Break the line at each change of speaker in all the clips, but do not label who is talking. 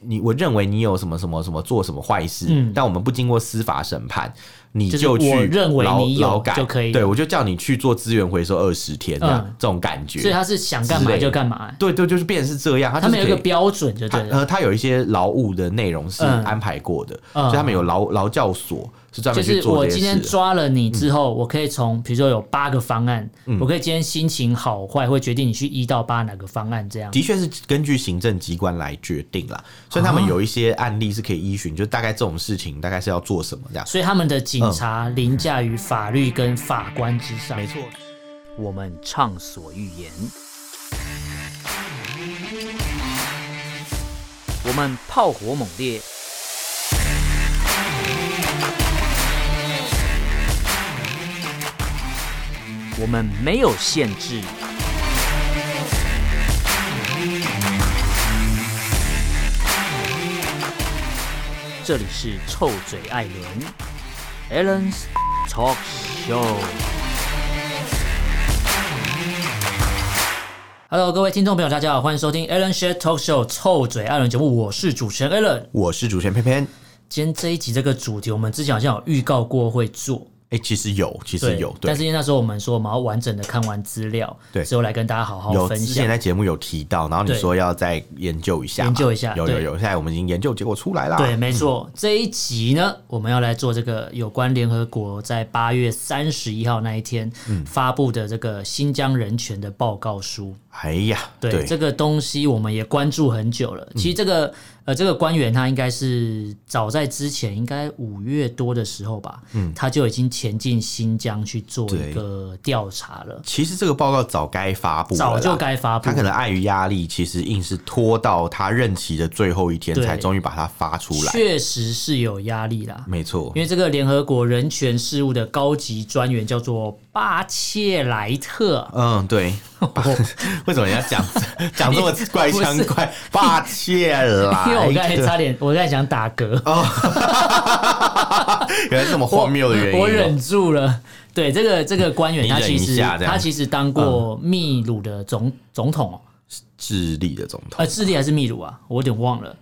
你我认为你有什么什么什么做什么坏事，
嗯
但我们不经过司法审判，你
就是
去
我认为
劳
你有
劳改
就可以
对我就叫你去做资源回收二十天这样、
嗯
这种感觉。
所以他是想干嘛就干嘛、
对对，就是变成是这样，他
他
就是
们有一个
可以
标准就
他
对了，
呃，他有一些劳务的内容是
嗯
安排过的，
嗯
所以他们有劳劳教所是专
就
门去
是
做
我
这
今
些
天
事的。啊嗯
抓了你之后，我可以从比如说有八个方案，我可以今天心情好坏会决定你去一到八哪个方案这样。
的确是根据行政机关来决定啦，所以
啊
他们有一些案例是可以依循，就大概这种事情大概是要做什么这样。
所以他们的警察凌驾于法律跟法官之上。
没错，
我们畅所欲言，
我们炮火猛烈，我们没有限制。这里是臭嘴艾伦 a l l e n s Talk Show。
Hello，各位听众朋友，大家好，欢迎收听 Alan Share Talk Show 臭嘴艾伦节目，我是主持人 Alan。
我是主持人偏偏。
今天这一集这个主题，我们之前好像有预告过会做，
哎、其实有，其实
对，
有，对
但，是因为那时候我们说我们要完整的看完资料，
对
之后来跟大家好好
有
哦分
之前
享。
在节目有提到，然后你
对
说要再研究一下嘛，
研究一下
有有
对
有，现在我们已经研究结果出来啦。
对，没错，这一集呢，我们要来做这个有关联合国在八月三十一号那一天
嗯
发布的这个新疆人权的报告书。
哎呀，
对这个东西，我们也关注很久了。
嗯
其实这个、呃，这个官员他应该是早在之前，应该五月多的时候吧，他就已经前进新疆去做
嗯对
一个调查了，
其实这个报告早该发布了啦，
早就该发布
他可能碍于压力，其实硬是拖到他任期的最后一天，
对
才终于把它发出来。
确实是有压力啦。
没错
因，为这个联合国人权事务的高级专员叫做巴切莱特，
嗯， 对。 为什么人家讲讲这么怪腔怪霸切啦？ 哎
因为我刚才差点，我刚才想打嗝，
哦，原来是这么荒谬的原因哦。
我忍住了。对，这个这个官员
你
他
忍
其
一
实
下这样嗯
他其实当过秘鲁的总总统哦，
智利的总统
呃，智利还是秘鲁啊？我有点忘了，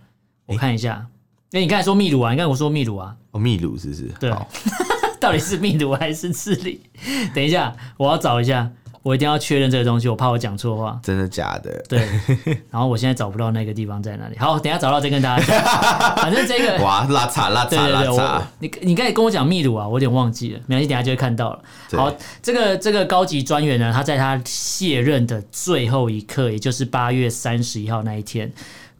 我看一下。哎，你刚才说秘鲁啊？你刚才我说秘鲁啊？
哦，秘鲁是不哦是？
对
好
到底是秘鲁还是智利？ 等一下，我要找一下，我一定要确认这个东西，我怕我讲错话。
真的假的？
对， 然后我现在找不到那个地方在哪里。好，等一下找到再跟大家讲。 反正这个，
哇，拉差拉
对
差
对
拉
对，我
差，
你你刚才跟我讲秘鲁啊，我有点忘记了，没关系，等一下就会看到了。
对
好，这个这个高级专员呢，他在他卸任的最后一刻，也就是八月三十一号那一天。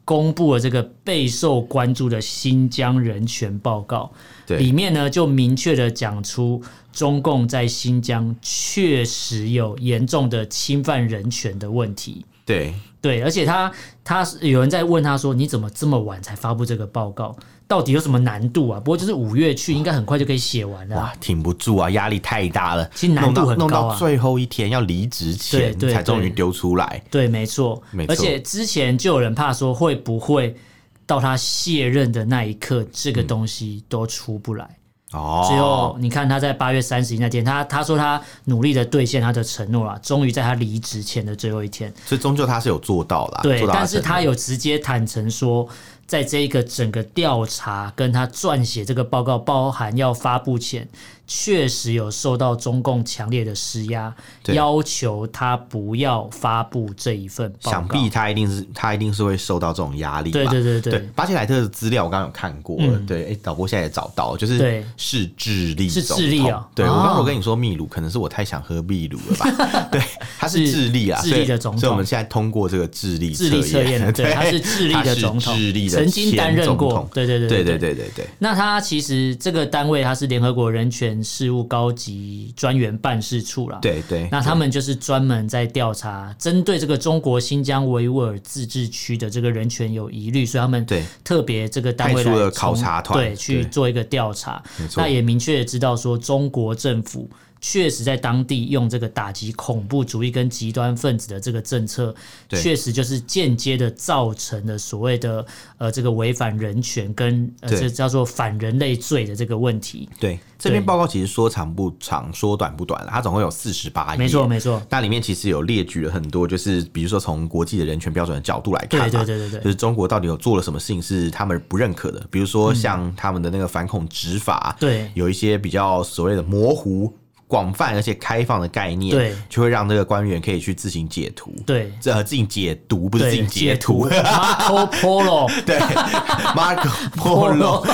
公布了这个备受关注的新疆人权报告，里
对，
面呢就明确的讲出中共在新疆确实有严重的侵犯人权的问题。
对，
对，而且他他是有人在问他说，你怎么这么晚才发布这个报告？到底有什么难度啊？不过就是五月去，应该很快就可以写完了啊、
哇，挺不住啊，压力太大了，
其实难度很
弄到
高
弄
啊
到最后一天要离职
对
前
对
才终于
对
丢出来，
对，没错，
没错
而且之前就有人怕说，会不会到他卸任的那一刻，这个东西都出不来？
嗯哦，
最后你看他在八月三十一那天，他他说他努力的兑现他的承诺了，终于在他离职前的最后一天，
所以终究他是有做到啦，
对
做，到
但
的
是
程度
他有直接坦诚说，在这一个整个调查跟他撰写这个报告，包含要发布前，确实有受到中共强烈的施压，
对
要求他不要发布这一份报告。
想必他一定是他一定是会受到这种压力吧，
对对对对嗯
巴切莱特的资料我刚刚有看过了，对，哎、导播现在也找到了，就是
对
是智利
是
总
智利
统
哦
对我刚刚
哦
我跟你说秘鲁，可能是我太想喝秘鲁了 吧，对，他是
是
智利啊，
智
所以
利的总统
所以我们现在通过这个智利
智利测验，对，
对，
他 是智利
他
的
是
总统，
智利的
曾经担
前
任
总
过
统，
对对对
对对
对
对对对，
那他其实这个单位，它是联合国人权事务高级专员办事处啦。。
对对，
那他们就是专门在调查，针对这个中国新疆维吾尔自治区的这个人权有疑虑，所以他们
对
特别这个单位
派出了
来从
考察团
对去
对
做一个调查
没。错
那也明确地知道说，中国政府确实在当地用这个打击恐怖主义跟极端分子的这个政策，
对
确实就是间接的造成了所谓的呃这个违反人权跟呃
对
这叫做反人类罪的这个问题。
对，这篇报告其实说长不长，说短不短了，它总共有四十八页，
没错，没错，
那里面其实有列举了很多，就是比如说从国际的人权标准的角度来看嘛，啊
对对对对对嗯
就是中国到底有做了什么事情是他们不认可的，比如说像他们的那个反恐执法，啊
对
有一些比较所谓的模糊、广泛而且开放的概念，
对
就会让这个官员可以去自行解读，
对
这呃自行解读不是
对，
自行解图。
Marco Polo
对 ，Marco Polo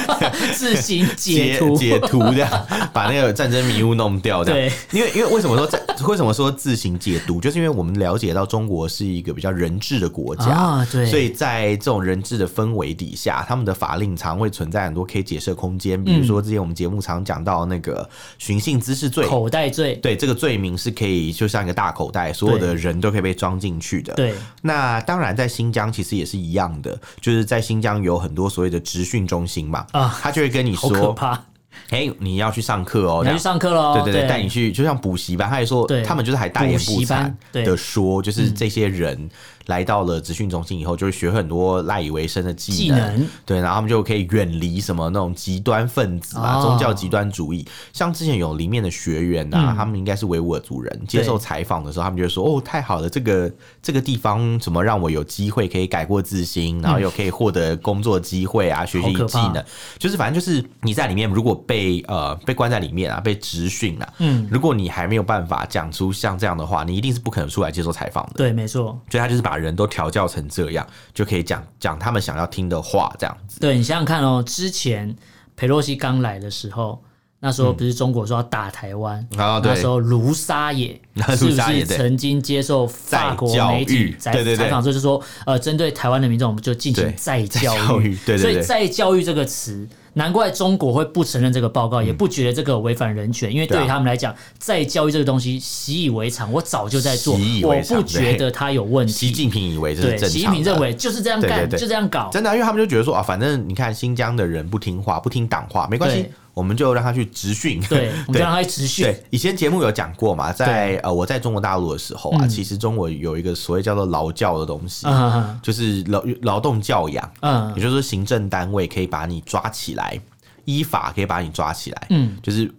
自行解
解
图，
解图这 样，把那个战争迷雾弄掉这样。因为因为为什么说战为什么说自行解读，就是因为我们了解到中国是一个比较人治的国家。
啊，对，
所以在这种人治的氛围底下，他们的法令常会存在很多可以解释的空间，比如说之前我们节目常讲到那个寻衅滋事罪，
口袋罪，
对这个罪名是可以就像一个大口袋，所有的人都可以被装进去的。
对
那当然，在新疆其实也是一样的，就是在新疆有很多所谓的职训中心嘛，
啊
他就会跟你
好可
说，
怕！
哎、你要去上课哦，
你要去
这样
上课喽，
对对对，带你去，就像补习班，他也说
对
他们就是还大言
补
不
习
惭
班对嗯
的说，就是这些人来到了职训中心以后，就会学很多赖以为生的技
技能
对，然后他们就可以远离什么那种极端分子啊、
哦
宗教极端主义。像之前有里面的学员
嗯
啊，他们应该是维吾尔族人，接受采访的时候，他们就说：“哦，太好了，这个这个地方怎么让我有机会可以改过自新，然后又可以获得工作机会啊，学习
好可
技
怕
能。”就是反正就是你在里面，如果被呃被关在里面啊，被职训啊，
嗯，
如果你还没有办法讲出像这样的话，你一定是不可能出来接受采访的。
对，没错，
所以他就是把人都调教成这样，就可以讲讲他们想要听的话，这样子。
对你想想看哦，之前佩洛西刚来的时候。那时候不是中国说要打台湾，
嗯啊对
那时候卢沙野是
卢
不
沙野
是
对
曾经接受法国
再教育
媒体采
对对对
采访，就是说，呃，针对台湾的民众，我们就进行
对
再
再教育对对对
所以再教育这个词，难怪中国会不承认这个报告，也不觉得这个违反人权，因
嗯
为
对啊
对于他们来讲，再教育这个东西习以为常，我早就在做
习以，
我
为常
不觉
对
得它有问
习
题。
近平以为这是
对，
正常的，
习近平认为就是这样
对对
干，
对
就这样搞，
真的啊、因为他们就觉得说啊，反正你看新疆的人不听话，不听党话，没关系
对，
我们就让他去直训。
对，我们就让它持续。
对，以前节目有讲过嘛，在呃我在中国大陆的时候啊，其实中国有一个所谓叫做劳教的东西，
嗯嗯
就是劳劳动教养，
嗯
也就是说行政单位可以把你抓起来，依法可以把你抓起来，
嗯，
就是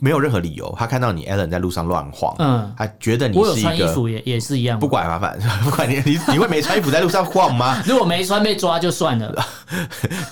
没有任何理由，他看到你 Allen 在路上乱晃，
嗯
他觉得你
我有
是
穿
一
衣
个。
服也也是一样。
不管麻烦， 不管你你你会没穿衣服在路上晃吗？
如果没穿被抓就算 了，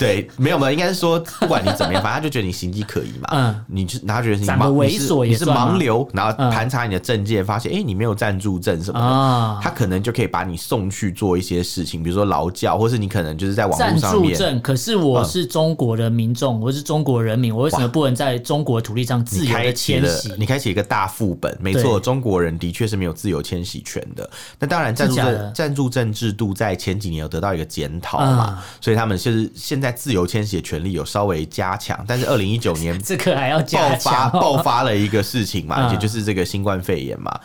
对，没有没有，应该是说不管你怎么样，反正他就觉得你形迹可疑嘛。
嗯
你就然后他觉得你
长得
盲
猥琐
你
也
是你是
算吗
盲流，然后
嗯
盘查你的证件，发现哎、诶你没有暂住证什么的。
啊
他可能就可以把你送去做一些事情，比如说劳教，或是你可能就是在网
暂
络上
住
面，
证，可是我是中国的民众，我是中国人民，我为什么不能在中国土地上自
你
由
开
的
启
迁
了
徙？
你开启一个大副本。没
对
错，中国人的确是没有自由迁徙权的。那当然，暂住
真假
证
的
暂住证制度在前几年有得到一个检讨嘛，
啊
所以他们就是现在自由迁徙的权利有稍微加强，但是二零一九年
这个还要加
爆发
强哦、
爆发了一个事情嘛，
嗯
也就是这个新冠肺炎嘛。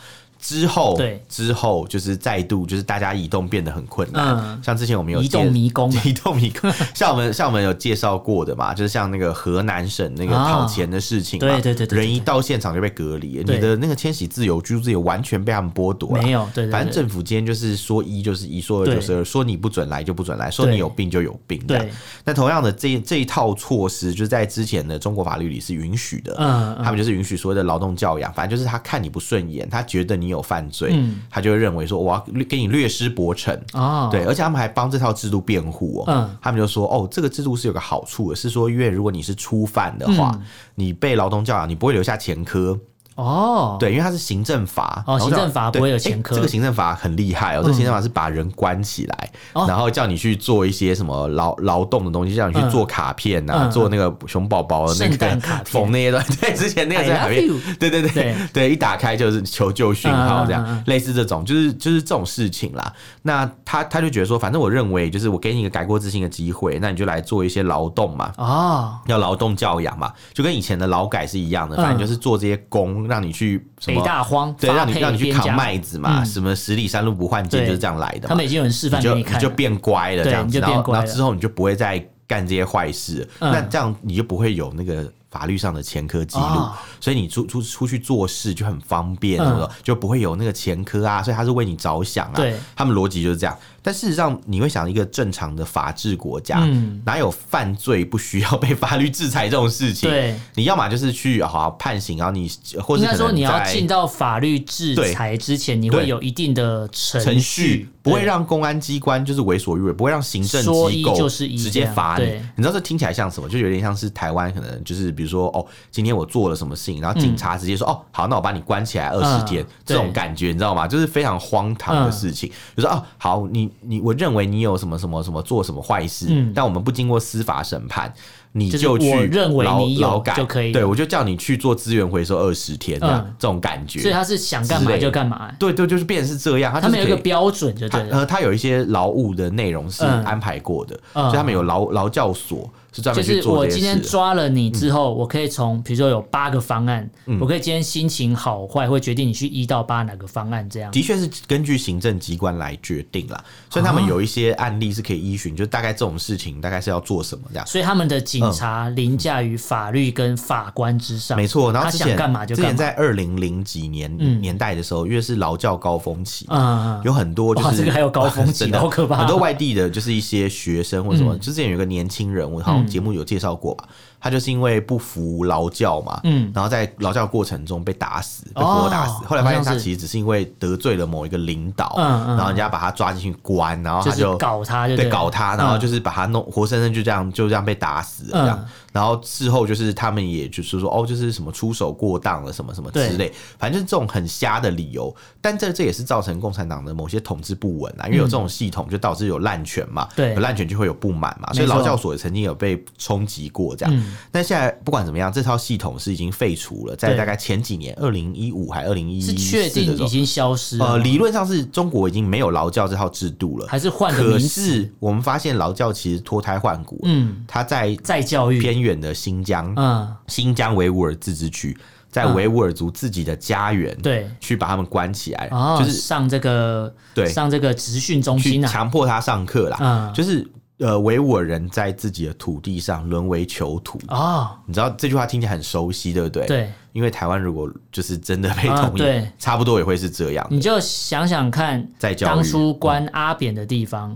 之后，
对
之后就是再度就是大家移动变得很困难。
嗯
像之前我们有
移动
介
迷宫 啊
移动迷宫， 像我们像我们有介绍过的嘛，就是像那个河南省那个
啊
讨钱的事情嘛，
对对对对对
人一到现场就被隔离，
对
你的那个迁徙自由、居住自由完全被他们剥夺了。
没有，对对对，
反正政府今天就是说一就是一，说二就是二，说你不准来就不准来，说你有病就有病。这样
对，
那同样的这这一套措施，就是在之前的中国法律里是允许的。
嗯
他
嗯，
们就是允许所谓的劳动教养，反正就是他看你不顺眼，他觉得你有犯罪，
嗯
他就会认为说我要略给你略施薄惩。
哦，
对，而且他们还帮这套制度辩护哦。
嗯
他们就说哦，这个制度是有个好处的，是说因为如果你是初犯的话，
嗯
你被劳动教养，你不会留下前科。
哦，
对，因为它是行政法，
哦
然后叫
行政法
对
不会
诶
有前科
这个行政法很厉害哦，这个行政法是把人关起来，
哦
然后叫你去做一些什么劳劳动的东西，叫你去
嗯
做卡片呐、啊，
嗯
做那个熊宝宝的那
圣
个
诞卡片
缝那些东西。 对，之前那个圣诞卡
I
片
love you，
对对对
对
对，一打开就是求救讯号这样，
嗯嗯嗯嗯
类似这种，就是就是这种事情啦。那他他就觉得说，反正我认为就是我给你一个改过自新的机会，那你就来做一些劳动嘛。
哦，
要劳动教养嘛，就跟以前的劳改是一样的，反正
嗯
就是做这些工，让你去什
北
么
大荒
对，
发
让你
配
让你去
边
扛
疆
麦子嘛，
嗯
什么十里山路不换肩
对
就是这样来的嘛。
他们已经有人示
你
范
就
给
你
看
就
了，
变乖了这
对
样
你
子，
就
然
变
后
乖
然后
了
之后你就不会再干这些坏事了，
嗯
那这样你就不会有那个法律上的前科记录，
啊
所以你出出出去做事就很方便，什么的就不会有那个前科啊，所以他是为你着想啊。
嗯对，
他们逻辑就是这样。但事实上，你会想一个正常的法治国家，
嗯
哪有犯罪不需要被法律制裁这种事情？
对，
你要么就是去好、啊、判刑，然后你或
应
者
该说你要进到法律制
对
裁之前，你会
对
有一定的程
程
序
序，不会
对
让公安机关就是为所欲为，不会让行政
说一
机构
就是一
直接罚
这
你
样对。
你知道这听起来像什么？就有点像是台湾可能就是比如说哦，今天我做了什么事情，然后警察直接说、哦，好，那我把你关起来二
嗯
十天，这种
对嗯
感觉你知道吗？就是非常荒唐的事情。就说哦，好，你你我认为你有什么什么什么做什么坏事，
嗯
但我们不经过司法审判。你
就是
去
我认为
劳
你有
劳改
就可以
对我就叫你去做资源回收二十天这样
嗯
这种感觉，
所以他是想干
之
嘛
类的
就干嘛、欸
对对，就是变成是这样，他
他
就是
们有一个
可以
标准，就
他
对了，
呃，他有一些劳务的内容是
嗯
安排过的，
嗯
所以他们有劳劳教所是专
就
门去
是
做
我
这
今
些
天
事的。
抓了你之后，我可以从比如说有八个方案，
嗯
我可以今天心情好坏会决定你去一到八哪个方案这样。
的确是根据行政机关来决定啦，所以他们有一些案例是可以依循，就大概这种事情大概是要做什么这样。
所以他们的警察凌驾于法律跟法官之上，
嗯没错，然后
他
之
想
前
干嘛就嗯
之
干
前
嘛。
在二零零几年、年代的时候，因为是劳教高峰期，
嗯，嗯
有很多就
哇
是
这个还有高峰期
真的
好可怕
很多外地的，就是一些学生或什么，之前有一个年轻人，我好像节目有介绍过吧，他就是因为不服劳教嘛，
嗯
然后在劳教过程中被打死，被
哦
活打死，后来发现
好像
他
是
其实只是因为得罪了某一个领导，
嗯嗯
然后人家把他抓进去关，然后
就
他
是搞他就
对
了
搞他，然后
嗯
就是把他弄活生生就这样就这样被打死了这样。
嗯
然后事后就是他们也就是说哦，就是什么出手过当了什么什么之
对
类，反正就是这种很瞎的理由。但这这也是造成共产党的某些统治不稳啊，因为有这种系统就导致有滥权嘛，
嗯对
有滥权就会有不满嘛，所以
没错嗯
劳教所也曾经有被冲击过这样。但现在不管怎么样，这套系统是已经废除了，在
对
大概前几年，二零一五还二零一
是
一
确定已经消失了吗，
呃，理论上是中国已经没有劳教这套制度了，
还是换个
可
名字，
是我们发现劳教其实脱胎换骨，
嗯，
它在
再教育，
偏远的新疆，
嗯，
新疆维吾尔自治区，在维吾尔族自己的家园，
对
去把他们关起来，
哦，
就是
上这个
对
上这个职训中
去
心啊，
强迫他上课啦，
嗯
就是呃维吾尔人在自己的土地上沦为囚徒。
哦，
你知道这句话听起来很熟悉，对不对？，
对，
因为台湾如果就是真的被
啊
统一，
对嗯
差不多也会是这样。
你就想想看，
再教育嗯
当初关阿扁的 地方，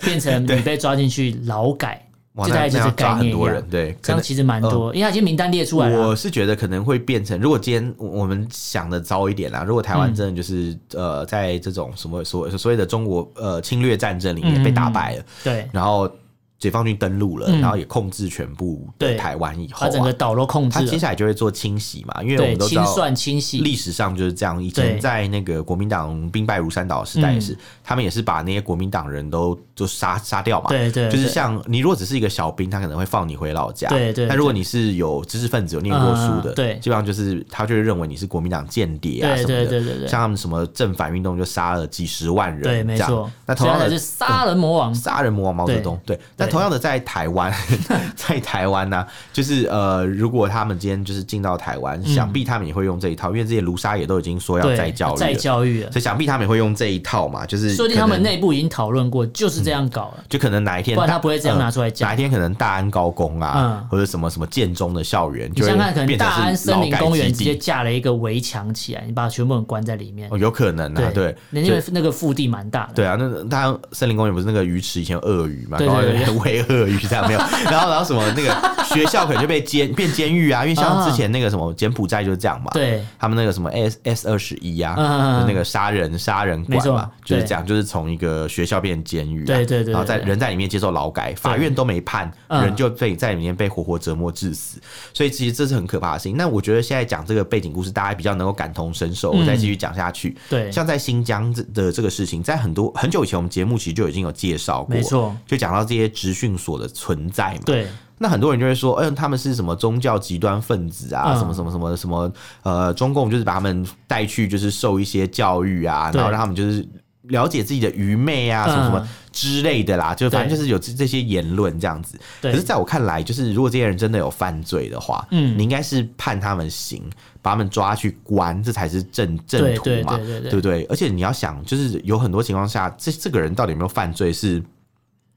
变成你被抓进去劳改，
哇，
这大
那
概就
那
是
要
概
抓
念
很
一
多
样
人，。对，
这
可能
样其实蛮多，因为他已经名单列出来啊了
嗯我。是觉得可能会变成，如果今天我我们想的糟一点啦，如果台
嗯
湾真的就是、呃，在这种什么所所谓的中国呃侵略战争里面
嗯
被打败了，
对，
然后解放军登陆了，
嗯
然后也控制全部
对
的台湾以后
把整个
啊，
岛都控
他
制
接
了，
下来就会做清洗嘛，因为我
对，
们都知
清
道。
算清洗，
历史上就是这样，以前
对嗯
在那个国民党兵败如山倒的时代也是，他们也是把那些国民党人都就杀杀掉嘛。
对对
就是
对
像你如果只是一个小兵，他可能会放你回老家。
对对
但如果你是有知识分子、有念过书
嗯嗯嗯
的，
对
基本上就是他就会认为你是国民党间谍啊什
对
么的。
对对对对
像他们什么正反运动就杀了几十万人，
对，没
这样
错。
那同样
虽
的嗯
然是杀人魔王，
杀人魔王毛泽东，对。但同样的，在台湾， 在台湾呢、就是呃，如果他们今天就是进到台湾，
嗯
想必他们也会用这一套，因为这些卢沙也都已经说要
对，
再教育
再
了，
教育了，
所以想必他们也会用这一套嘛，就是
说不定他
可能
们
嗯
内部已经讨论过，就是这样搞了。
就可能哪一天
不然
大呃
他不会这样拿出来讲
哪一天可能大安高工啊，
嗯
或者什么什么建中的校园，
你
就
想
会
想看，可能
变成
大安
是
森
劳
林
改
公园
基
直接
地，
架了一个围墙起来，你把全部人关在里面。
哦，有可能啊，对，
那因为那个腹地蛮大的。
对啊，那大家森林公园不是那个鱼池以前有鳄鱼嘛，
对
然后
对对
喂 鳄鱼这样没有，然后然后什么那个学校可能就被监变监狱啊，因为像
啊
之前那个什么柬埔寨就是这样嘛，
对
他们那个什么 S S 二十一啊，
嗯嗯嗯
就是那个杀人杀人
没
馆
错
嘛，就是
对
这样，就是从一个学校变监狱啊，
对对对对
然后在
对
人在里面接受劳改，法院都没判，
嗯
人就被在里面被活活折磨致死，所以其实这是很可怕的事情。那我觉得现在讲这个背景故事，大家比较能够感同身受，我再继续讲下去。
对
像在新疆这的这个事情，在很多很久以前，我们节目其实就已经有介绍过，
没错，
就讲到这些职训所的存在嘛。，
对
那很多人就会说，嗯、他们是什么宗教极端分子啊，
嗯
什么什么什么什么，呃，中共就是把他们带去，就是受一些教育啊，
对
然后让他们就是。了解自己的愚昧啊，什么什么
嗯
之类的啦，就反正
对
就是有这这些言论这样子。
对
可是，在我看来，就是如果这些人真的有犯罪的话，
嗯
你应该是判他们刑，把他们抓去关，这才是正正
对
途
对
嘛，
对对对
不对？而且你要想，就是有很多情况下，这这个人到底有没有犯罪是。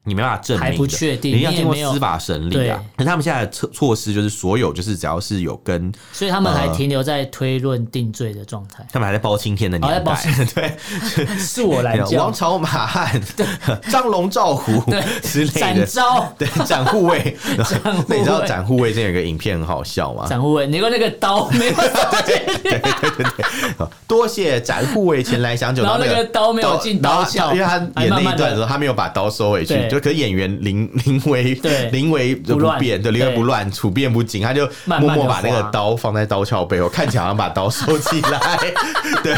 你没办法证明的，
还不确定
你一定要经过
你也没有
司法审理啊
对。
可是他们现在的措措施就是，所有就是只要是有跟
所以他们还
呃
停留在推论定罪的状态。
他们还在包青天的
还在
年
包
代
青，
对，呃
是我来
王
讲，
朝马汉、 张龙赵虎之类
展
的，
昭、
对，斩护卫， 然后
展护
那你知道
卫
斩护卫之前有个影片很好笑吗？
展护卫，你说那个刀没有刀进去，
多谢展护卫前来想久，
然后那个刀没有进刀
然后他
鞘
因为他演那
还慢慢
一
地
段的时候，他没有把刀收回去，就
对
可是演员临 临危
对
临危不
乱
变，对，临危
对
不乱，处变不惊，他就
慢
默
慢
默
地
把那个
划
刀放在刀鞘背后，看起来好像把刀收起 来。对，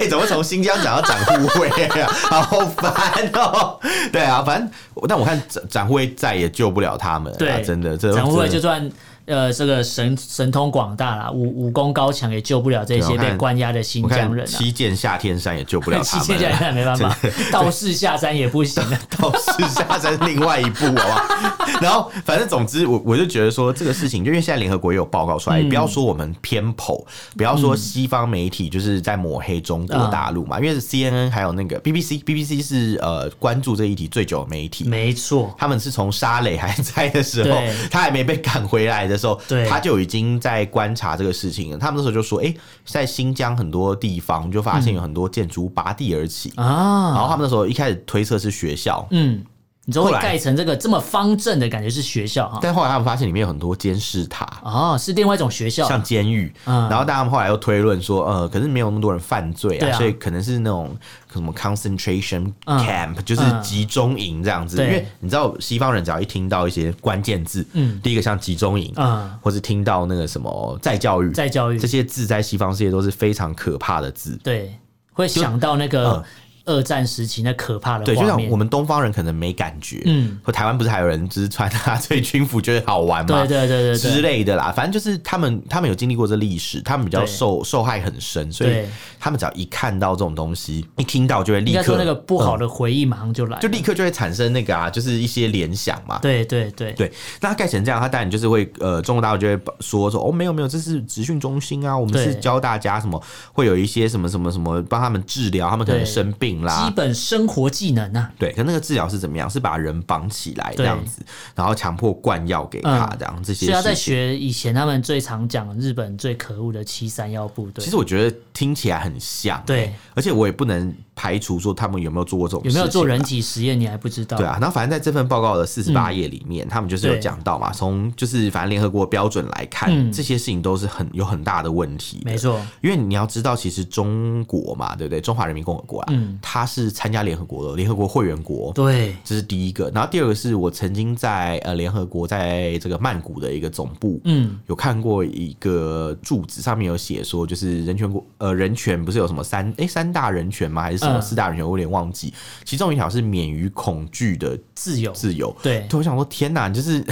哎、怎么从新疆讲到展护卫啊？好烦哦、对啊，反正但我看展展护卫再也救不了他们了啊，
对，
真的，这
展护卫
真的
就算呃这个神神通广大啦，武武功高强也救不了这
对
些
我看
被关押的新
我看
疆人啊。
七剑下天山也救不了他
七
们啊
剑下
了。
山没 办法，道士下山也不行啊。
道士下山另外一步，好不好？ 然后反正总之，我我就觉得说这个事情，就因为现在联合国也有报告出
嗯
来，不要说我们偏颇，不要说西方媒体就是在抹黑中国大陆
嗯
嘛，因为 CNN 还有那个 BBC，BBC 是呃关注这一题最久的媒体。
没错，
他们是从沙磊还在的时候
对，
他还没被赶回来的时候
对，
他就已经在观察这个事情了。他们那时候就说，诶，在新疆很多地方就发现
嗯
有很多建筑物拔地而起，然
啊，
后他们那时候一开始推测是学校，
嗯，你说会
后来
盖成这个这么方正的感觉是学校哈？
但后来他们发现里面有很多监视塔，
哦，是另外一种学校，
像监狱。
嗯
然后但他们后来又推论说，呃，可是没有那么多人犯罪
对
啊，
啊
所以可能是那种什么 concentration
嗯
camp，就是
嗯
集中营这样子。
对
因为你知道西方人只要一听到一些关键字，
嗯
第一个像集中营，
嗯，
或是听到那个什么再教育，
在教育
这些字在西方世界都是非常可怕的字。
对，会想到那个二战时期那可怕的
嗯对，就
画
像
面
我。们东方人可能没感觉，
嗯，
或台湾不是还有人就是穿他 这军服觉得好玩嘛？
对对对对
之
对，
类的啦，反正就是他们，他们有经历过这历史，他们比较
对
受受害很深，所以
对
他们只要一看到这种东西，一听到就会立
应该
刻
说那个不
嗯
好的回忆马上就来了，
就立刻就会产生那个啊，就是一些联想嘛。
对对对，
对，那他盖成这样，他当然就是会呃，中国大陆就会说说哦，没有没有，这是职训中心啊，我们
对
是教大家什么，会有一些什么什么什么帮他们治疗，他们可能
对
生病啦
基，本生活技能啊，
对，可那个治疗是怎么样？是把人绑起来这
对
样子，然后强迫灌药给他，
嗯
这样这些
所以他在
事情。
学以前他们最常讲日本最可恶的七三幺部队
其，实我觉得听起来很像，欸
对，
而且我也不能排除说他们有没有做过这种事
有
情
没
啊，
有做人体实验你还不知道，
对啊，然后反正在这份报告的四十八页里面，他们就是有
对
讲到嘛，从就是反正联合国标准来看，
嗯
这些事情都是很有很大的问题。
没，错，
因为你要知道，其实中国嘛，对不对？中华人民共和国啊，
嗯
它是参加联合国的联合国会员国。
对，
这是第一个，然后第二个是我曾经在呃联合国在这个曼谷的一个总部，
嗯，
有看过一个柱子，上面有写说，就是人权国呃人权不是有什么三诶三大人权吗？还是什么
嗯
四大人权？我有点忘记。其中一条是免于恐惧的
自由，
自由。
对，
对，我想说，天哪，就是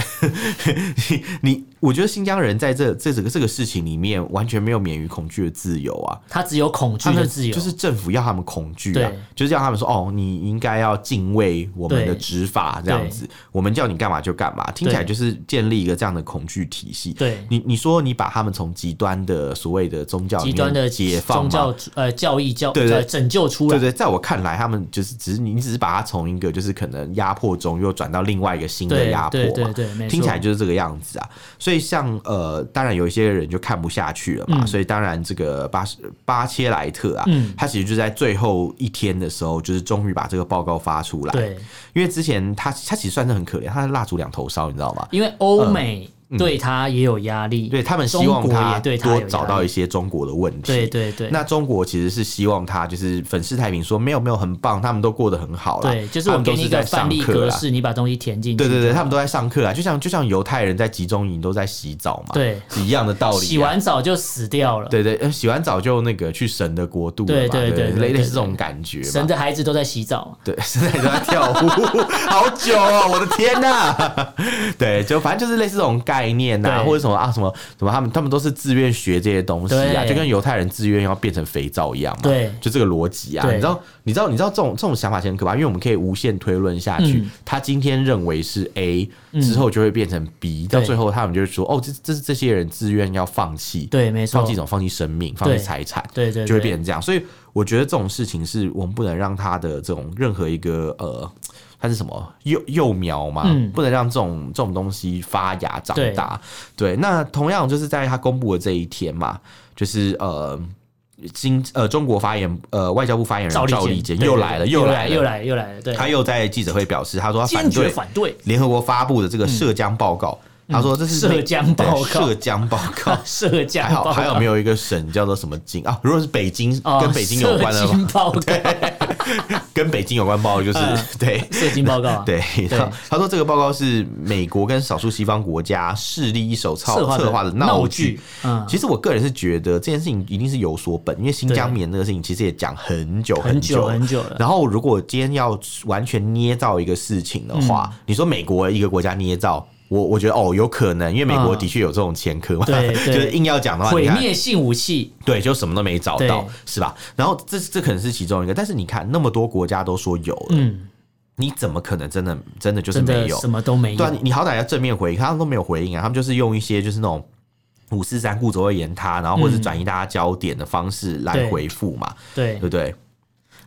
你你，我觉得新疆人在这这整个这个事情里面完全没有免于恐惧的自由啊。
他只有恐惧
他
的
们
自由，
就是政府要他们恐惧啊
对，
就是要他们说哦，你应该要敬畏我们的
对
执法这样子，我们叫你干嘛就干嘛，听起来就是建立一个这样的恐惧体系。
对
你你说你把他们从极端的所谓的宗教里
极
面
端的
解放
宗
吗
教呃教义教
对对
呃拯救出
对
来，
对，在我看来，他们就是只是你只是把它从一个就是可能压迫中又转到另外一个新的
对
压迫
对
嘛
对，对，没错
听起来就是这个样子啊。所以像呃，当然有一些人就看不下去了嘛，
嗯
所以当然这个巴斯巴切莱特啊，
嗯
他其实就在最后一天的时候，就是终于把这个报告发出来。，
对，
因为之前他他其实算是很可怜，他是蜡烛两头烧，你知道吗？
因为欧美对他也有压力，
嗯对他们希
中
望
国
他
也对他
多
有
找
压
到一
力，
些中国的问题。
对对对，
那中国其实是希望他就是粉饰太平，说没有没有很棒，他们都过得很好啦。
对，就是
他
我
们都
给你一个
在上
范例
课
格
啦
式，你把东西填进去，
对对对，他们都在上课啊，就像就像犹太人在集中营都在洗澡嘛，
对
是一样的道理、啊。
洗，完澡就死掉了，
对对，呃洗完澡就那个去神的国度了
对
嘛，对
对对对
类
对
类似这
对
种感觉嘛。
神的孩子都在洗澡嘛，
对， 现在都在跳舞，好久哦，我的天呐、 对，就反正就是类似这种概念呐、
对
或者什么啊，什么什么，他们他们都是自愿学这些东西啊，
对
就跟犹太人自愿要变成肥皂一样嘛，
对
就这个逻辑啊。
对
你知道，你知道，你知道这种这种想法其实很可怕，因为我们可以无限推论下去、
嗯
他今天认为是 A，之后就会变成 B，、到
对
最后他们就会说，哦，这这是这些人自愿要放弃，
对，没错
放，弃什么？放弃生命，放弃
对
财产，
对对，
就会
对
变成这样。所以我觉得这种事情是我们不能让他的这种任何一个呃它是什么幼幼苗嘛，
嗯
不能让这种这种东西发芽长
对
大。对，那同样就是在他公布的这一天嘛，就是呃。经呃，中国发言呃，外交部发言人赵立坚
对
又
对
来了，
对
又
又
来
又
了，
来又来了，对，
他又在记者会表示，他说他
坚
反
决
对
反对嗯
联合国发布的这个涉疆报告，他说这是
涉
美
疆报告。
对涉疆报告
社交
还好，还有没
有
有一个省叫做什么京啊？如果是北京，
哦
跟北京有关的
社
吗
经？报告，
跟北京有关报告就是
嗯
对
社经报告啊，
对。他他说这个报告是美国跟少数西方国家势力一手操
策划的
策划的
闹
闹
剧
剧。
嗯
其实我个人是觉得这件事情一定是有所本，因为新疆
对
棉这个事情其实也讲很久
很久
久
很久了，
然后，如果今天要完全捏造一个事情的话，
嗯
你说美国一个国家捏造，我我觉得哦有可能，因为美国
嗯
的确有这种前科嘛，
对
就
对
是硬要讲的话，你
毁
看
灭性武器，
对，就什么都没找到
对，
是吧？然后这这可能是其中一个，但是你看那么多国家都说有了，
嗯，
你怎么可能真的真的就是
真
没
的
有
什？么都没
对啊，你
有，
你好歹要正面回应，他们都没有回应啊，他们就是用一些就是那种五四三顾左右而言他，然后或是
嗯
转移大家焦点的方式来
对
回复嘛，
对
对。不对？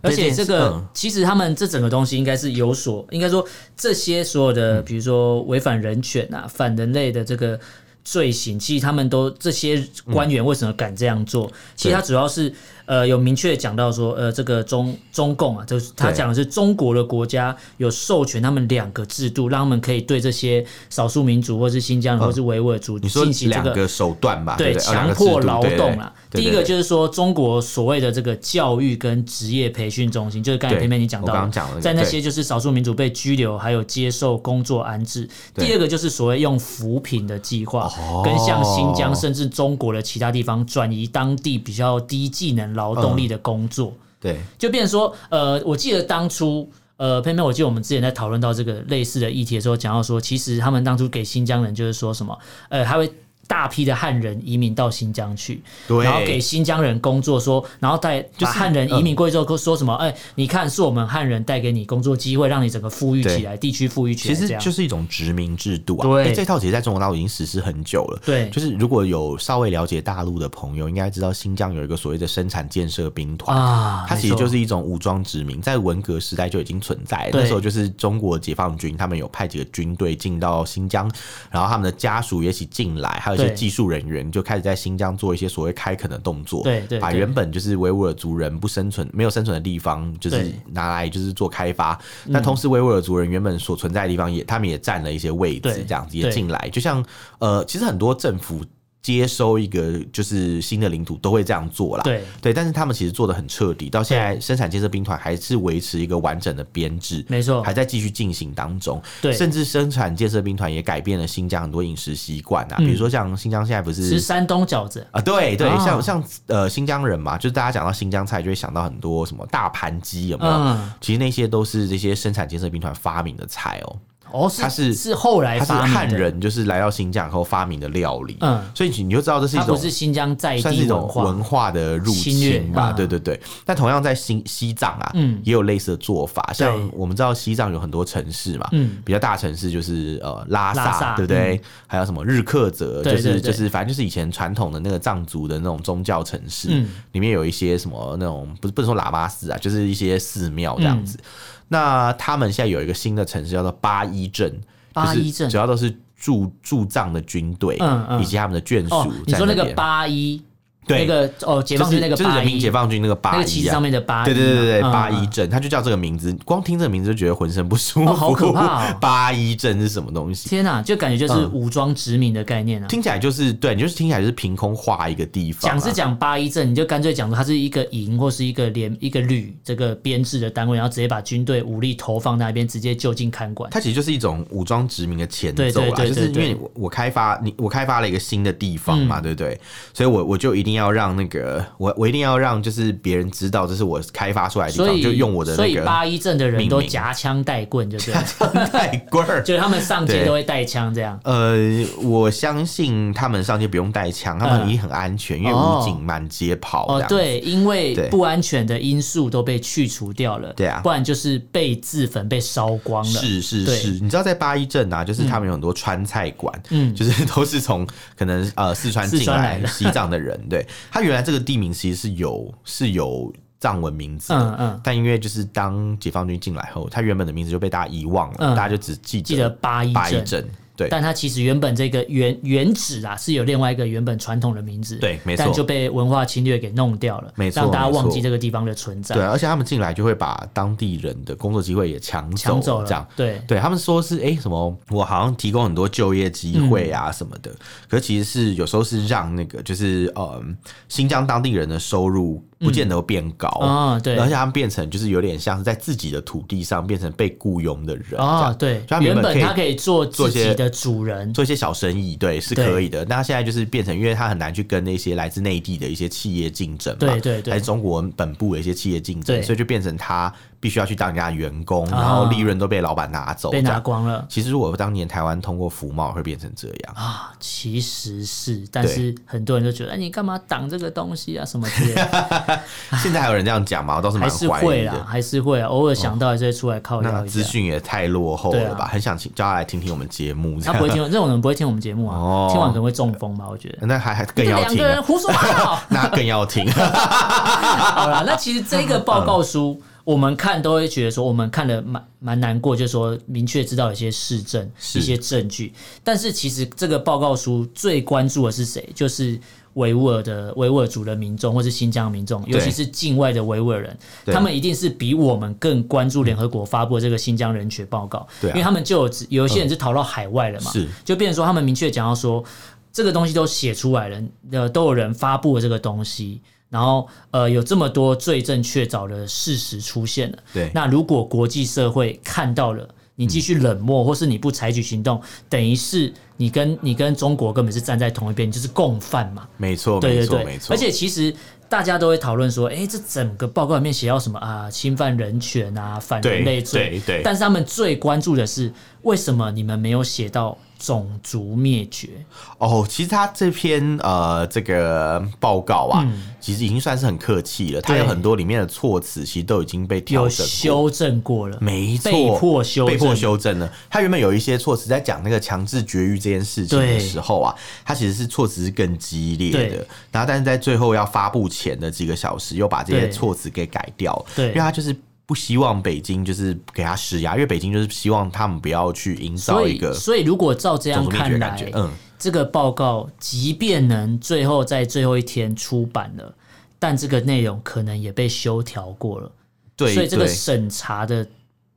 而且
这件
这
事
个
嗯
其实他们这整个东西应该是有所，应该说这些所有的，比如说违反人权啊、反人类的这个罪行，其实他们都这些官员为什么敢这样做？其实他主要是呃有明确讲到说，呃，这个中中共啊，就是他
对
讲的是中国的国家有授权他们两个制度，让他们可以对这些少数民族或是新疆人或是维吾尔族
哦你说
进行这
两
个
个手段吧，
对，
不对？哦两
强
个制
迫
度
劳
对对
动啦。
对
第一
对
个
对
就是说，中国所谓的这个教育跟职业培训中心，就是刚才
对
偏偏你讲到
我刚
的
刚讲的那个
在那
对
些就是少数民族被拘留，还有接受工作安置。
对
第二个就是所谓用扶贫的计划
哦，
跟向新疆甚至中国的其他地方转移当地比较低技能劳动力的工作。
对，
就变成说，呃，我记得当初。呃，偏偏我记得我们之前在讨论到这个类似的议题的时候，讲到说，其实他们当初给新疆人就是说什么，呃，他会大批的汉人移民到新疆去，
对
然后给新疆人工作说，然后带
是嗯
把汉人移民过去之后，说什么，哎、你看是我们汉人带给你工作机会，让你整个富裕起来，地区富裕起
其
来，
实
这样
就是一种殖民制度啊。
对
诶这套其实在中国大陆已经实施很久了。
对
就是如果有稍微了解大陆的朋友，应该知道新疆有一个所谓的生产建设兵团。
啊，
它其实
没错
就是一种武装殖民，在文革时代就已经存在。
对
那时候就是中国解放军，他们有派几个军队进到新疆，然后他们的家属也一起进来，还有一些
对
技术人员就开始在新疆做一些所谓开垦的动作，
对对
把
对
原本就是维吾尔族人不生存、没有生存的地方，就是
对嗯
拿来就是做开发。那同时，维吾尔族人原本所存在的地方也，他们也占了一些位
对
置，这样子
对
也进来。就像呃，其实很多政府。接收一个就是新的领土都会这样做啦，
对
对，但是他们其实做的很彻底，到现在生产建设兵团还是维持一个完整的编制，
没错
还在继续进行当中。
对
甚至生产建设兵团也改变了新疆很多饮食习惯啊，
嗯
比如说像新疆现在不
吃
是。
山东饺子，
啊，对对，
啊
像像呃新疆人嘛，就是大家讲到新疆菜，就会想到很多什么大盘鸡，有没有？
嗯，
其实那些都是这些生产建设兵团发明的菜哦，
哦，是
它是
是后来
它是
发明的
汉，人就是来到新疆以后发明的料理，
嗯
所以你就知道这是一
他
种
不是新疆在
算是一
地
种
化，
文化的入
侵略
侵吧，
嗯
对对对。那同样在新西藏啊，
嗯
也有类似的做法。
对
像我们知道西藏有很多城市嘛，
嗯
比较大城市就是呃拉
拉萨嗯
萨，对不对？还有什么日喀则，
对
就
对
是就
对
是反正就是以前传统的那个藏族的那种宗教城市
嗯，
里面有一些什么那种不是不能说喇嘛寺啊，就是一些寺庙这样子。
嗯
那他们现在有一个新的城市叫做八一镇，就
八一
是
镇
主要都是驻驻藏的军队
嗯嗯
以及他们的眷
哦
属，
你
在
说那个
边
八一，
对
那个哦，解放军那个
就是就是
八
人民
一，
解放军那个八
那
一、
个
啊，
旗子上面的八一
对
嘛，
对对对对，
嗯
八一
嗯
镇，他就叫这个名字，光听这个名字就觉得浑身不舒服，
哦好可怕 哦
八一镇是什么东西？
天哪，就感觉就是
嗯
武装殖民的概念啊。
听起来就是对，你就是听起来就是凭空画一个地方、
讲
啊，
是讲八一阵，你就干脆讲说它是一个营或是一个连一个旅这个编制的单位，然后直接把军队武力投放那边，直接就近看管。
它其实就是一种武装殖民的前奏啦，啊
对对对
就是因
对对嗯
为我我开发你我开发了一个新的地方嘛，对不对？所以我我就一定要让那个我我一定要让就是别人知道这是我开发出来的地
所
方，
以
就用我的
所
那
以
个
八一阵的人
命
都
名
夹枪带棍，就 对了，
太棍儿，
就是他们上街
对
都会带枪这样。
呃，我相信他们上街不用带枪，他们
嗯
已经很安全，因为
哦
武警满街跑。
哦，，对，因为
对
不安全的因素都被去除掉了，
对啊
不然就是被自焚、被烧光了。
是是
对
是，你知道在八一镇啊，就是他们有很多川菜馆，
嗯
就是都是从可能呃四川
四
进
川来
来
的
西藏的人，对他原来这个地名其实是有是有藏文名字
嗯
了，
嗯，
但因为就是当解放军进来后，他原本的名字就被大家遗忘了，
嗯
大家就只记
记得
得
八一
八一
镇，
镇，对
但它其实原本这个原原址啊是有另外一个原本传统的名字，
对没错
但就被文化侵略给弄掉了，
没错
让大家忘
没
记
错
这个地方的存在
对，，而且他们进来就会把当地人的工作机会也抢
抢走
这样
了，。对，
对啊他们说是哎、诶什么，我好像提供很多就业机会啊什么的，可其实是有时候是让那个就是嗯新疆当地人的收入不见得变高，
啊，对，
而且他们变成就是有点像是在自己的土地上变成被雇佣的人这
啊，
样
对
他，原
原
本可
本
以
他可以做
做
自
一些
己的主人，
做一些小生意，对，是可以的。那现在就是变成，因为他很难去跟那些来自内地的一些企业竞争嘛，
对对对
来中国本部的一些企业竞
对
争，所以就变成他必须要去当人家的员工，
啊
然后利润都被老板拿走，
被
这
拿
样
光了。
其实我当年台湾通过服贸会变成这样，
啊，其实是，但
对
是很多人都觉得，哎，你干嘛挡这个东西啊，什么之类的，
现在还有人这样讲吗？我倒是
还
蛮
是
怀
会
疑
啦，
的。哦
还是会啊，偶尔想到还是会出来靠
那
腰一
资
下。
讯也太落后了
对
吧？
啊
很想请叫他来听听我们节目，这
他不会
样。
听，这种人不会听我们节目啊
哦，
听完可能会中风吧，我觉得。
那还还
这
更要
两
听
个人
啊，
胡说八道。
那更要听。啊
好了，那其实这个报告书，
嗯
我们看都会觉得说，我们看了蛮蛮难过，就是说明确知道一些市政、
是
一些证据。但是其实这个报告书最关注的是谁？就是维吾尔的维吾尔族的民众，或是新疆民众，尤其是境外的维吾尔人，
对
他们一定是比我们更关注联合国发布的这个新疆人权报告，
对啊
因为他们就有有一些人是逃到海外了嘛，
是
就变成说他们明确讲到说，这个东西都写出来了，呃，都有人发布了这个东西，然后呃，有这么多罪证确凿的事实出现了。
对
那如果国际社会看到了，你继续冷漠，或是你不采取行动，等于是你跟你跟中国根本是站在同一边，你就是共犯嘛。
没错，
对
没
对
错，
对，
没错。
而且其实大家都会讨论说，哎、这整个报告里面写到什么啊，侵犯人权啊，反人类罪，
对对对
但是他们最关注的是，为什么你们没有写到种族灭绝？
哦，其实他这篇呃这个报告啊，其实已经算是很客气了。他
嗯对
有很多里面的措辞，其实都已经被调
有
整过
修正过了，
没错，
被迫修正
被迫修正了。他原本有一些措辞在讲那个强制绝育这件事情
对
的时候啊，他其实是措辞是更激烈的
对。
然后，但是在最后要发布前的几个小时，又把这
对
些措辞给改掉了，
对
因为他就是。不希望北京就是给他施压，因为北京就是希望他们不要去营造
所
一
以
个
所以如果照这
种
样
族灭绝
看
的
来
感觉。，嗯，
这个报告即便能最后在最后一天出版了，但这个内容可能也被修调过了，
对，
所以这个
对
审查的，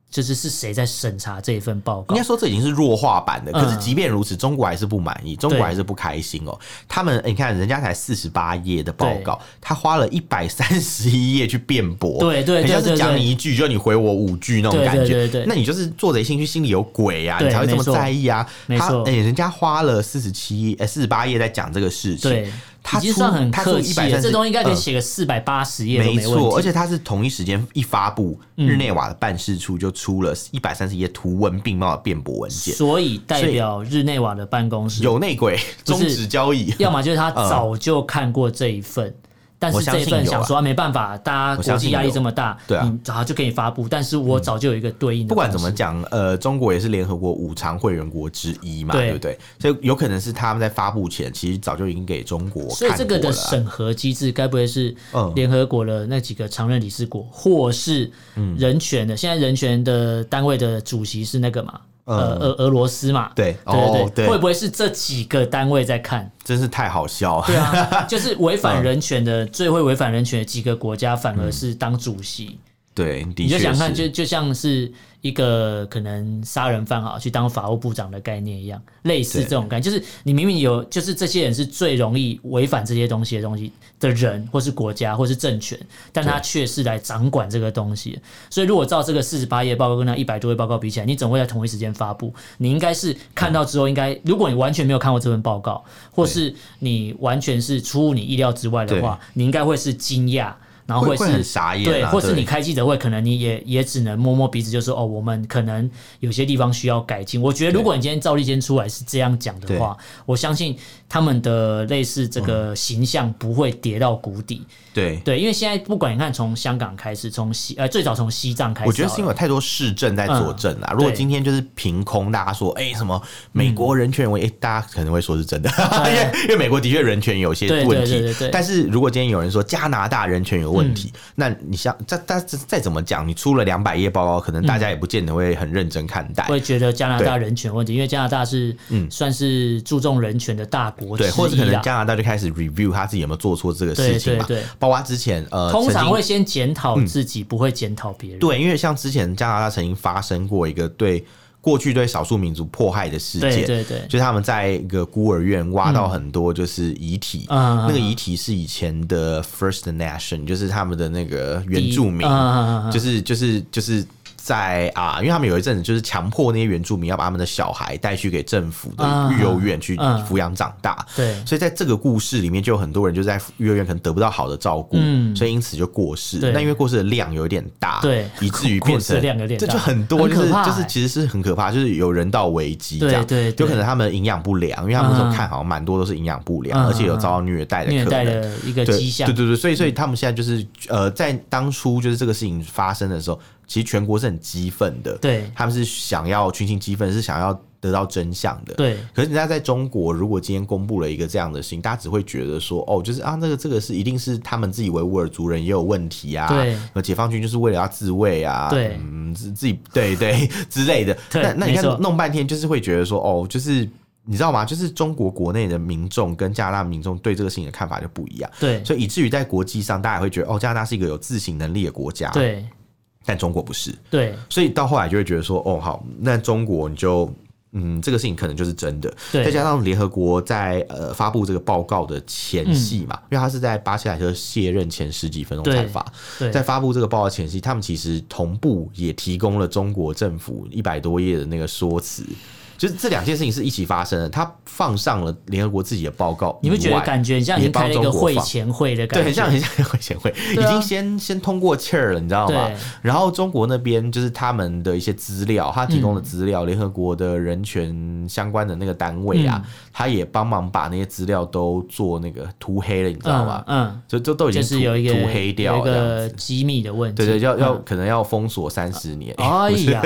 就是是谁在审查这一份报告
应该？说这已经是弱化版的，可是
嗯
即便如此，中国还是不满意，中国还是不开心哦。他们，你看人家才四十八页的报告，他花了一百三十一页去辩驳，
对对对
很像
对
是
对
讲你一句，就你回我五句那种
对
感觉。
对对对
那你就是做贼心虚，心里有鬼啊，
对
你才会这
没
么
错
在意啊。
没
他
错
哎、人家花了四十七页、哎四十八页在讲这个事情，
对，
他
已经
出
算很
他出
客气了，
130
这东西应该可以
嗯
写个四百八十页都
没
问题。嗯
错，而且它是同一时间一发布，日内瓦的办事处就出了一百三十页图文并茂的辩驳文件。
所以代表日内瓦的办公室，
有嗯内鬼，
不
终
是
止交易。
要么就是他早就看过这一份。但是这一份想说、啊、没办法，大家国际压力这么大，
我相信有对啊嗯
你早就给你发布，但是我早就有一个对应的
不
方
管
式。
怎么讲，呃，中国也是联合国五常会员国之一嘛，
对
对不对？所以有可能是他们在发布前，其实早就已经给中国
所以
看
这个
过
的
了啊
审核机制，该不会是
嗯
联合国的那几个常任理事国，或是
嗯
人权的？现在人权的单位的主席是那个嘛？呃，
嗯
俄俄罗斯嘛？
对
对对
哦对
会不会是这几个单位在 看？
真是太好笑了。
对啊，就是违
嗯
反人权的最会违反人权的几个国家，反而是当主席。
对，的
你就
确
想看，
是
就就像是一个可能杀人犯啊去当法务部长的概念一样，类似
对
这种概念，就是你明明有，就是这些人是最容易违反这些东西的东西的人，或是国家，或是政权，但他却是来掌管这个东西。所以，如果照这个四十八页报告跟那一百多页报告比起来，你总会在同一时间发布，你应该是看到之后，应该如果你完全没有看过这份报告，或是你完全是出乎你意料之外的话，你应该会是惊讶。然后
会
是
会很傻眼
对，
啊，
或是
对
你开记者会，可能你也也只能摸摸鼻子，就说哦，我们可能有些地方需要改进。我觉得如果你今天赵立坚出来是这样讲的话，我相信他们的类似这个形象不会跌到谷底。
对。
对，因为现在不管你看从香港开始，从西呃最早从西藏开始好了，嗯
我觉得是哎因为有太多市政在佐证啊。如果
对
今天就是凭空大家说，哎、什么美国人权为、哎大家可能会说是真 的，因为因为美国的确人权有些
对对
问题。
对对对嗯
但是如果今天有人说加拿大人权有问问题。那你像再再再怎么讲，你出了两百页报告，可能大家也不见得会很认真看待。
会觉得加拿大人权问题，因为加拿大是算是注重人权的大国之一
嗯对，
啦，
或者可能加拿大就开始 review 他自己有没有做错这个事情嘛，
啊对对对
包括之前呃，
通
曾
常
经嗯
会先检讨自己，不会检讨别人。
对，因为像之前加拿大曾经发生过一个对过去对少数民族迫害的事件，
对对对，
就是他们在一个孤儿院挖到很多就是遗体，
嗯
那个遗体是以前的 First Nation，就是他们的那个原住民，
嗯嗯嗯嗯
就是就是就是在啊，因为他们有一阵子就是强迫那些原住民要把他们的小孩带去给政府的
嗯
育幼院去
嗯
抚养长大，
对
所以在这个故事里面，就有很多人就在育幼院可能得不到好的照顾，
嗯
所以因此就过世
对。
那因为过世的量有点大，
对
以至于变
过
成
世量有点大
这就很多，
很
就是
可怕
就是
欸
其实是很可怕，就是有人道危机
对
这样。
对对
有可能他们营养不良，因为他们那时
嗯
候看好像蛮多都是营养不良，
嗯
而且有遭到虐待的
虐
可
待
能。
的一个
对
迹象嗯
对。对对，所以所以他们现在就是呃，在当初就是这个事情发生的时候，其实全国是很激愤的，
对
他们是想要群情激愤，是想要得到真相的，
对
可是人家在中国，如果今天公布了一个这样的信，大家只会觉得说，哦，就是啊，那个这个是一定是他们自己维吾尔族人也有问题啊，
对，
解放军就是为了要自卫啊，
对
嗯，自自己对对 之类的。
对
那那你看
没错
弄半天，就是会觉得说，哦，就是你知道吗？就是中国国内的民众跟加拿大民众对这个事情的看法就不一样，
对
所以以至于在国际上，大家也会觉得，哦，加拿大是一个有自省能力的国家，，
对
但中国不是。
对
所以到后来就会觉得说，哦，好，那中国你就。嗯，这个事情可能就是真的。
对
再加上联合国在呃发布这个报告的前夕
嗯
嘛，因为他是在巴西莱特卸任前十几分钟才
对
发，
对
在发布这个报告前夕，他们其实同步也提供了中国政府一百多页的那个说辞，就是这两件事情是一起发生的。他放上了联合国自己的报告以
你
外，
会觉得感觉你像已
也
经开
帮
了一
中
个
国
会
放
前会的感
对，
觉，
很像很像会前会，
对
已
啊
经先先通过气儿了，你知道吗
对？
然后中国那边就是他们的一些资料，他提供的资料，联合国的人权相关的那个单位啊，
嗯
他也帮忙把那些资料都做那个涂黑了，你知道吗
嗯？嗯，
就就都已经
就是
涂
有一个
涂黑掉
有一
了这样
个
子。
机密的问题，
对对，要要
嗯。
可能要封锁三十年，
哎 呀，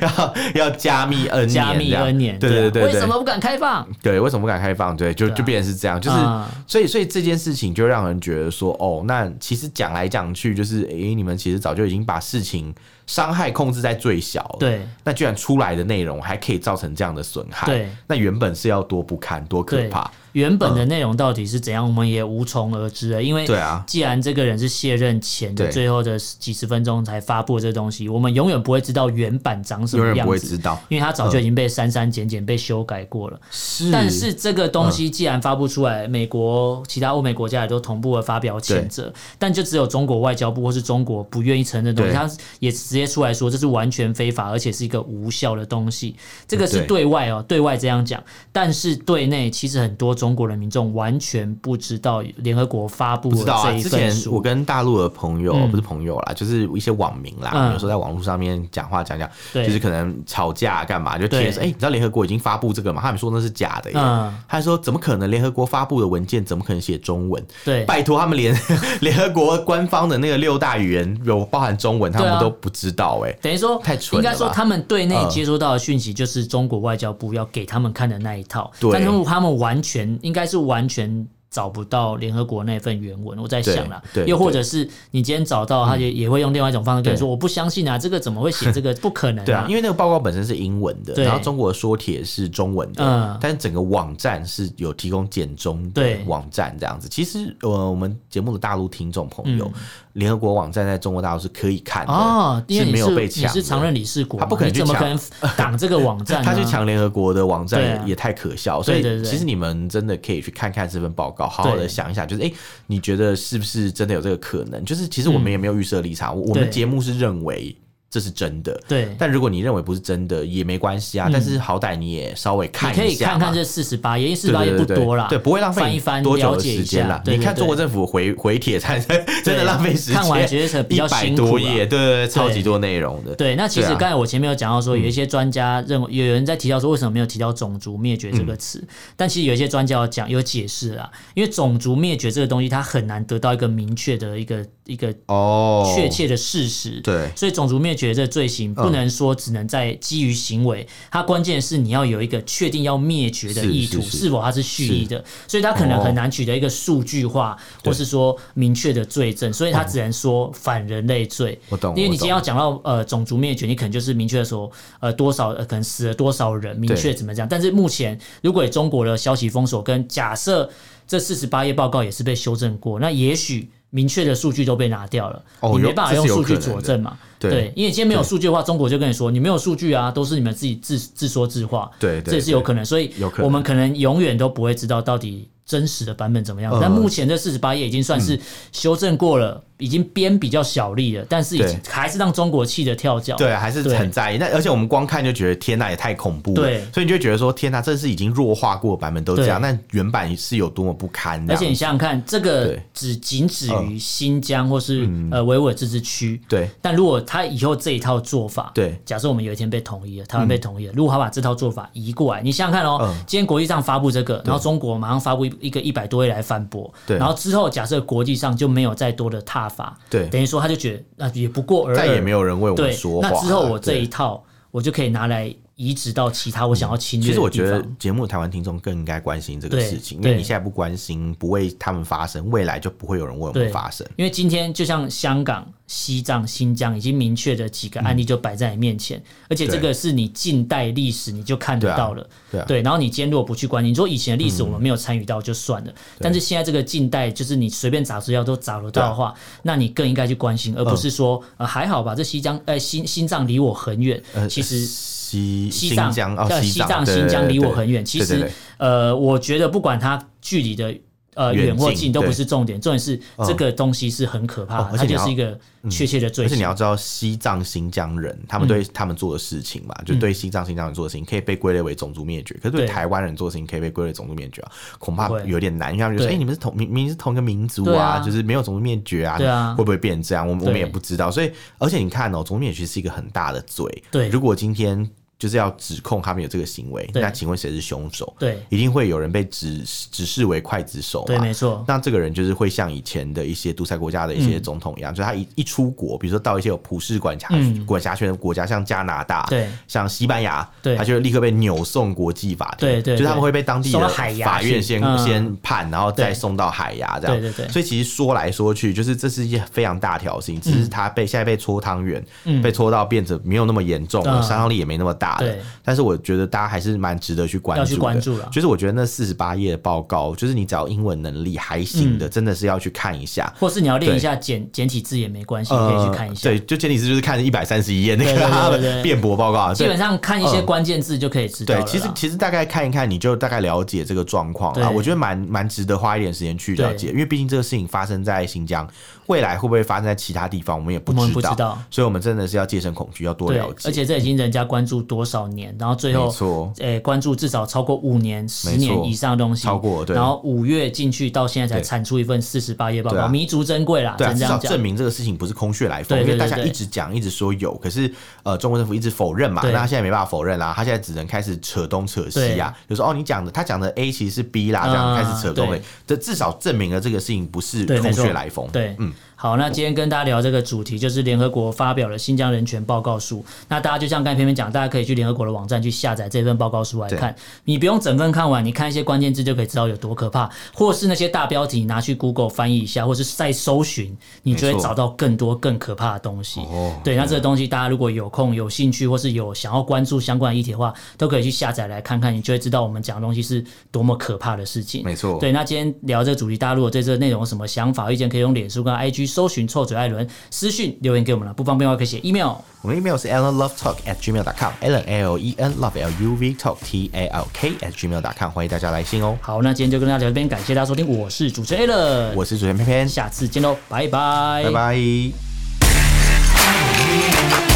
要要加密 N 年这样，
加密 N 年，
对
啊
对对嗯
为
对
什么不敢开放？
对，为什么不敢开放？对，就
对啊
就变成是这样，就是、
嗯
所以所以这件事情就让人觉得说，哦，那其实讲来讲去就是，诶、你们其实早就已经把事情伤害控制在最小了，，
对
那居然出来的内容还可以造成这样的损害，
对，
那原本是要多不堪多可
对
怕，，
原本的内容到底是怎样，我们也无从而知了，因为
对啊，
既然这个人是卸任前的
对
最后的几十分钟才发布这东西，我们永远不会知道原版长什
永
么
远
样
不会
子
知，道，嗯
因为它早就已经被删删减减、被修改过了。
是
但是这个东西既然发布出来，美国其他欧美国家也都同步的发表谴责，但就只有中国外交部或是中国不愿意承认的东西，
对
他也直接出来说这是完全非法，而且是一个无效的东西。这个是
对
对外哦，对外这样讲，但是对内其实很多中国的民众完全不知道联合国发布
不知
的
道
这
啊，
一
之
份
前
书。
我跟大陆的朋友、
嗯
不是朋友啦，就是一些网民啦，
嗯
有时候在网络上面讲话讲讲，
对
就是可能吵架干嘛，就贴说，
对
哎、你知道联合国已经发布这个吗？他们说那是假的耶。
嗯
他还说：“怎么可能？联合国发布的文件怎么可能写中文？
对
拜托，他们连 联合国官方的那个六大语言有包含中文，他
对啊
们都不知道、哎、
等于说，
太蠢
应
了吧
该说他们对内接收到的讯息就是中国外交部要给他们看的那一套，
对
但是他们完全应该是完全。找不到联合国那份原文，我在想啦，
对对
又或者是你今天找到，他也也会用另外一种方式跟你说，
对
我不相信啊，这个怎么会写这个？不可 能
对啊，
啊
因，为那个报告本身是英文的，
对
然后中国的说帖是中文的，
嗯
但整个网站是有提供简中的
对
网站这样子。其实呃，我们节目的大陆听众朋友，联、合国网站在中国大陆是可以看的，
嗯哦，因为
是
你
没
是
有被
你
抢的，
是常任理事国嘛，
他不可能
你
去
怎么可
抢
能挡这个网站呢？啊
他去抢联合国的网站也,、
对啊
也太可笑，所
对
以
对对
其实你们真的可以去看看这份报告，好好
对
的想一想，就是哎、诶你觉得是不是真的有这个可能？就是其实我们也没有预设立场，我我
对
们节目是认为这是真的，
对，嗯
但如果你认为不是真的也没关系啊，但是好歹你也稍微看
你可以
一下
看
嘛
看这四十八页，因为四
对
十八页
对
不
对对
多啦，
对，不会浪费
翻
你
一翻，
多久
了
的
解
时
一
间
下
啦。。
对
你看
对
中国
对
政府回回帖才真的浪费时间，
看完觉得比较
一百
辛苦啊
多
啦
页，对对对，超
对
级多内容的，
对，那其实
对啊
刚才我前面有讲到说，有一些专家认为，有人在提到说为什么没有提到种族灭绝这
嗯
个词，但其实有一些专家有讲有解释啊，因为种族灭绝这个东西它很难得到一个明确的一个一个
哦，
确切的事实。
对嗯
所以种族灭绝这罪行不能说只能在基于行为，它关键是你要有一个确定要灭绝的
是
意图，
是是
否它是蓄意的，所以它可能
哦
很难取得一个数据化、
对哦
或是说明确的罪证，所以它只能说反人类罪。
我懂
因为
我
你今
懂
天要讲到呃种族灭绝，你可能就是明确的说呃多少呃可能死了多少人，明确怎么讲。但是目前如果以中国的消息封锁跟假设这四十八页报告也是被修正过，那也许。明确的数据都被拿掉了，
哦
你
有
没办法
这
用
是有
数据
可能
佐
的
证嘛？
对
因为今天没有数据的话，中国就跟你说你没有数据啊，都是你们自己自自说自话，
对对
这也是有可能。所以
有可能
我们可能永远都不会知道到底真实的版本怎么样。
嗯
但目前这四十八页已经算是修正过了，已经编比较小力了，但是已经
对
还是让中国气得跳脚。
对，还是
哦对
很在意。那而且我们光看就觉得天呐，也太恐怖了。
对
所以你就觉得说天呐，这是已经弱化过的版本都这样，
对
那原版是有多么不堪这
而
样。
且你想想看，这个
对嗯
只仅止于新疆或是呃维吾尔自治区。
对
但如果他以后这一套做法，
对
假设我们有一天被统一了，台湾被统一了，如果他把这套做法移过来，你想想看哦，
嗯
今天国际上发布这个，然后中国马上发布一一个一百多页来反驳，
对
然后之后假设国际上就没有再多的踏法，
对
等于说他就觉得那、也不过尔尔，
再也没有人为我
对
们说，话
那
了。
之后我这
对
一套我就可以拿来移植到其他我想要侵
嗯其
略
实我
的地
觉得
方。
节目台湾听众更应该关心这个
对
事情，因为
对
你现在不关心，不为他们发声，未来就不会有人为我
对
们发声。
因为今天就像香港、西藏、新疆已经明确的几个案
嗯
例就摆在你面前，而且这个是你近代历史你就看得到了。
对啊，嗯
对，然后你今天如果不去关心，你说以前的历史我们没有参与到就算了，但是现在这个近代，就是你随便找资料都找得到的
啊
话，那你更应该去关心，而不
嗯
是说、呃还好吧，这西疆呃新心脏离我很远，
呃
其实。
西
西
新
藏、
疆哦，
呃
西藏、对
新疆
对
离我
对
很远。其
对
实
对，
呃，我觉得不管它距离的呃
远
远或
近
近都不
对嗯
是重点，重点是这个东西是很可怕
哦
的，
而
它
且你
就
要嗯
是一个确切的罪
而且
行
你。要知道，西藏、新疆人他
嗯
们对他们做的事情嘛，就对西藏、新疆人做的事情可以被归类为种族灭绝，可是对
对
台湾人做的事情可以被归类种族灭绝啊，恐怕
不会
有点难，因为他们就说：“
对
哎，你们是同明明明是同一个民族
对
啊，
啊
就是没有种族灭绝啊，
对啊
会不会变这样？”我们我们
对
也不知道。所以，而且你看哦，种族灭绝是一个很大的罪。
对
如果今天就是要指控他们有这个行为，
对
那请问谁是凶手？
对
一定会有人被指指示为刽子手
对，
嘛
没？错，
那这个人就是会像以前的一些独裁国家的一些总统一样，就是他一一出国，比如说到一些有普世管辖、
嗯
管辖权的国家，像加拿大，
对
像西班牙，
对
他就立刻被扭送国际法庭，
对对
就是他们会被当地
送
的
到海牙
法院
去
先、
嗯
先判，然后再
对
送到海牙这样。
对对对
所以其实说来说去，就是这是一件非常大条的事情，只
嗯
是他被现在被搓汤圆，被搓到变得没有那么严重了，
嗯
伤伤力也没那么大了
对。
但是我觉得大家还是蛮值得去关注的，
要去关注啦
就是我觉得那四十八页的报告，就是你只要英文能力还行
嗯
的，真的是要去看一下。
或是你要练
对呃
一下简简体字也没关系，你可以去看一下。
对，就前提是就是看一百三十一页那
对
个
对对
他们
对对
辩驳报告啊，
基
对
本上看一些
嗯
关键字就可以知道了
对，
啦。
其实其实大概看一看，你就大概了解这个状况
对
啊。我觉得蛮蛮值得花一点时间去了解，
对
因为毕竟这个事情发生在新疆，未来会不会发生在其他地方，我们也不
我们
知
不
道。
知道
所以我们真的是要戒慎恐惧，要多
对
了，解。
而且这已经人家关注多少年，然后最后
没错
诶、关注至少超过五年、十年以上的东西，
超过对
然后五月进去到现在才
对
产出一份四十八页报
对
告，
啊
弥足珍贵啦，
对、啊，
只
至
能这
少
样讲
证。明这个事情不是空穴来风，
对对
因为大家
对对
一直讲，一直说有，可是呃，中国政府一直否认嘛，
对
那他现在没办法否认啦，他现在只能开始扯东扯西啊，就说哦，你讲的他讲的 A 其实是 B 啦，这样、
啊
开始扯东
对
西，这至少证明了这个事情不是
对，没
空
错
穴来风。嗯
对，好，那今天跟大家聊这个主题，就是联合国发表了新疆人权报告书。那大家就像刚才偏偏讲，大家可以去联合国的网站去下载这份报告书来看。你不用整份看完，你看一些关键字就可以知道有多可怕，或是那些大标题你拿去 Google 翻译一下，或是再搜寻，你就
没
会
错
找到更多更可怕的东西。
哦
对，那这个东西大家如果有空、有兴趣，或是有想要关注相关的议题的话，都可以去下载来看看，你就会知道我们讲的东西是多么可怕的事情。
没错
对，那今天聊这个主题，大家如果对这个内容有什么想法、意见，可以用脸书跟 IG 搜寻“臭嘴艾伦”私讯留言给我们了。不方便的话，可以写 email。
我们的 email 是 allenlovetalk at gmail com，allen l e n love l u v talk t a l k at gmail com，欢迎大家来信哦。
好，那今天就跟大家聊到这边，感谢大家收听，我是主持人 a l
我是主持人偏偏，
下次见喽，拜拜，
拜拜。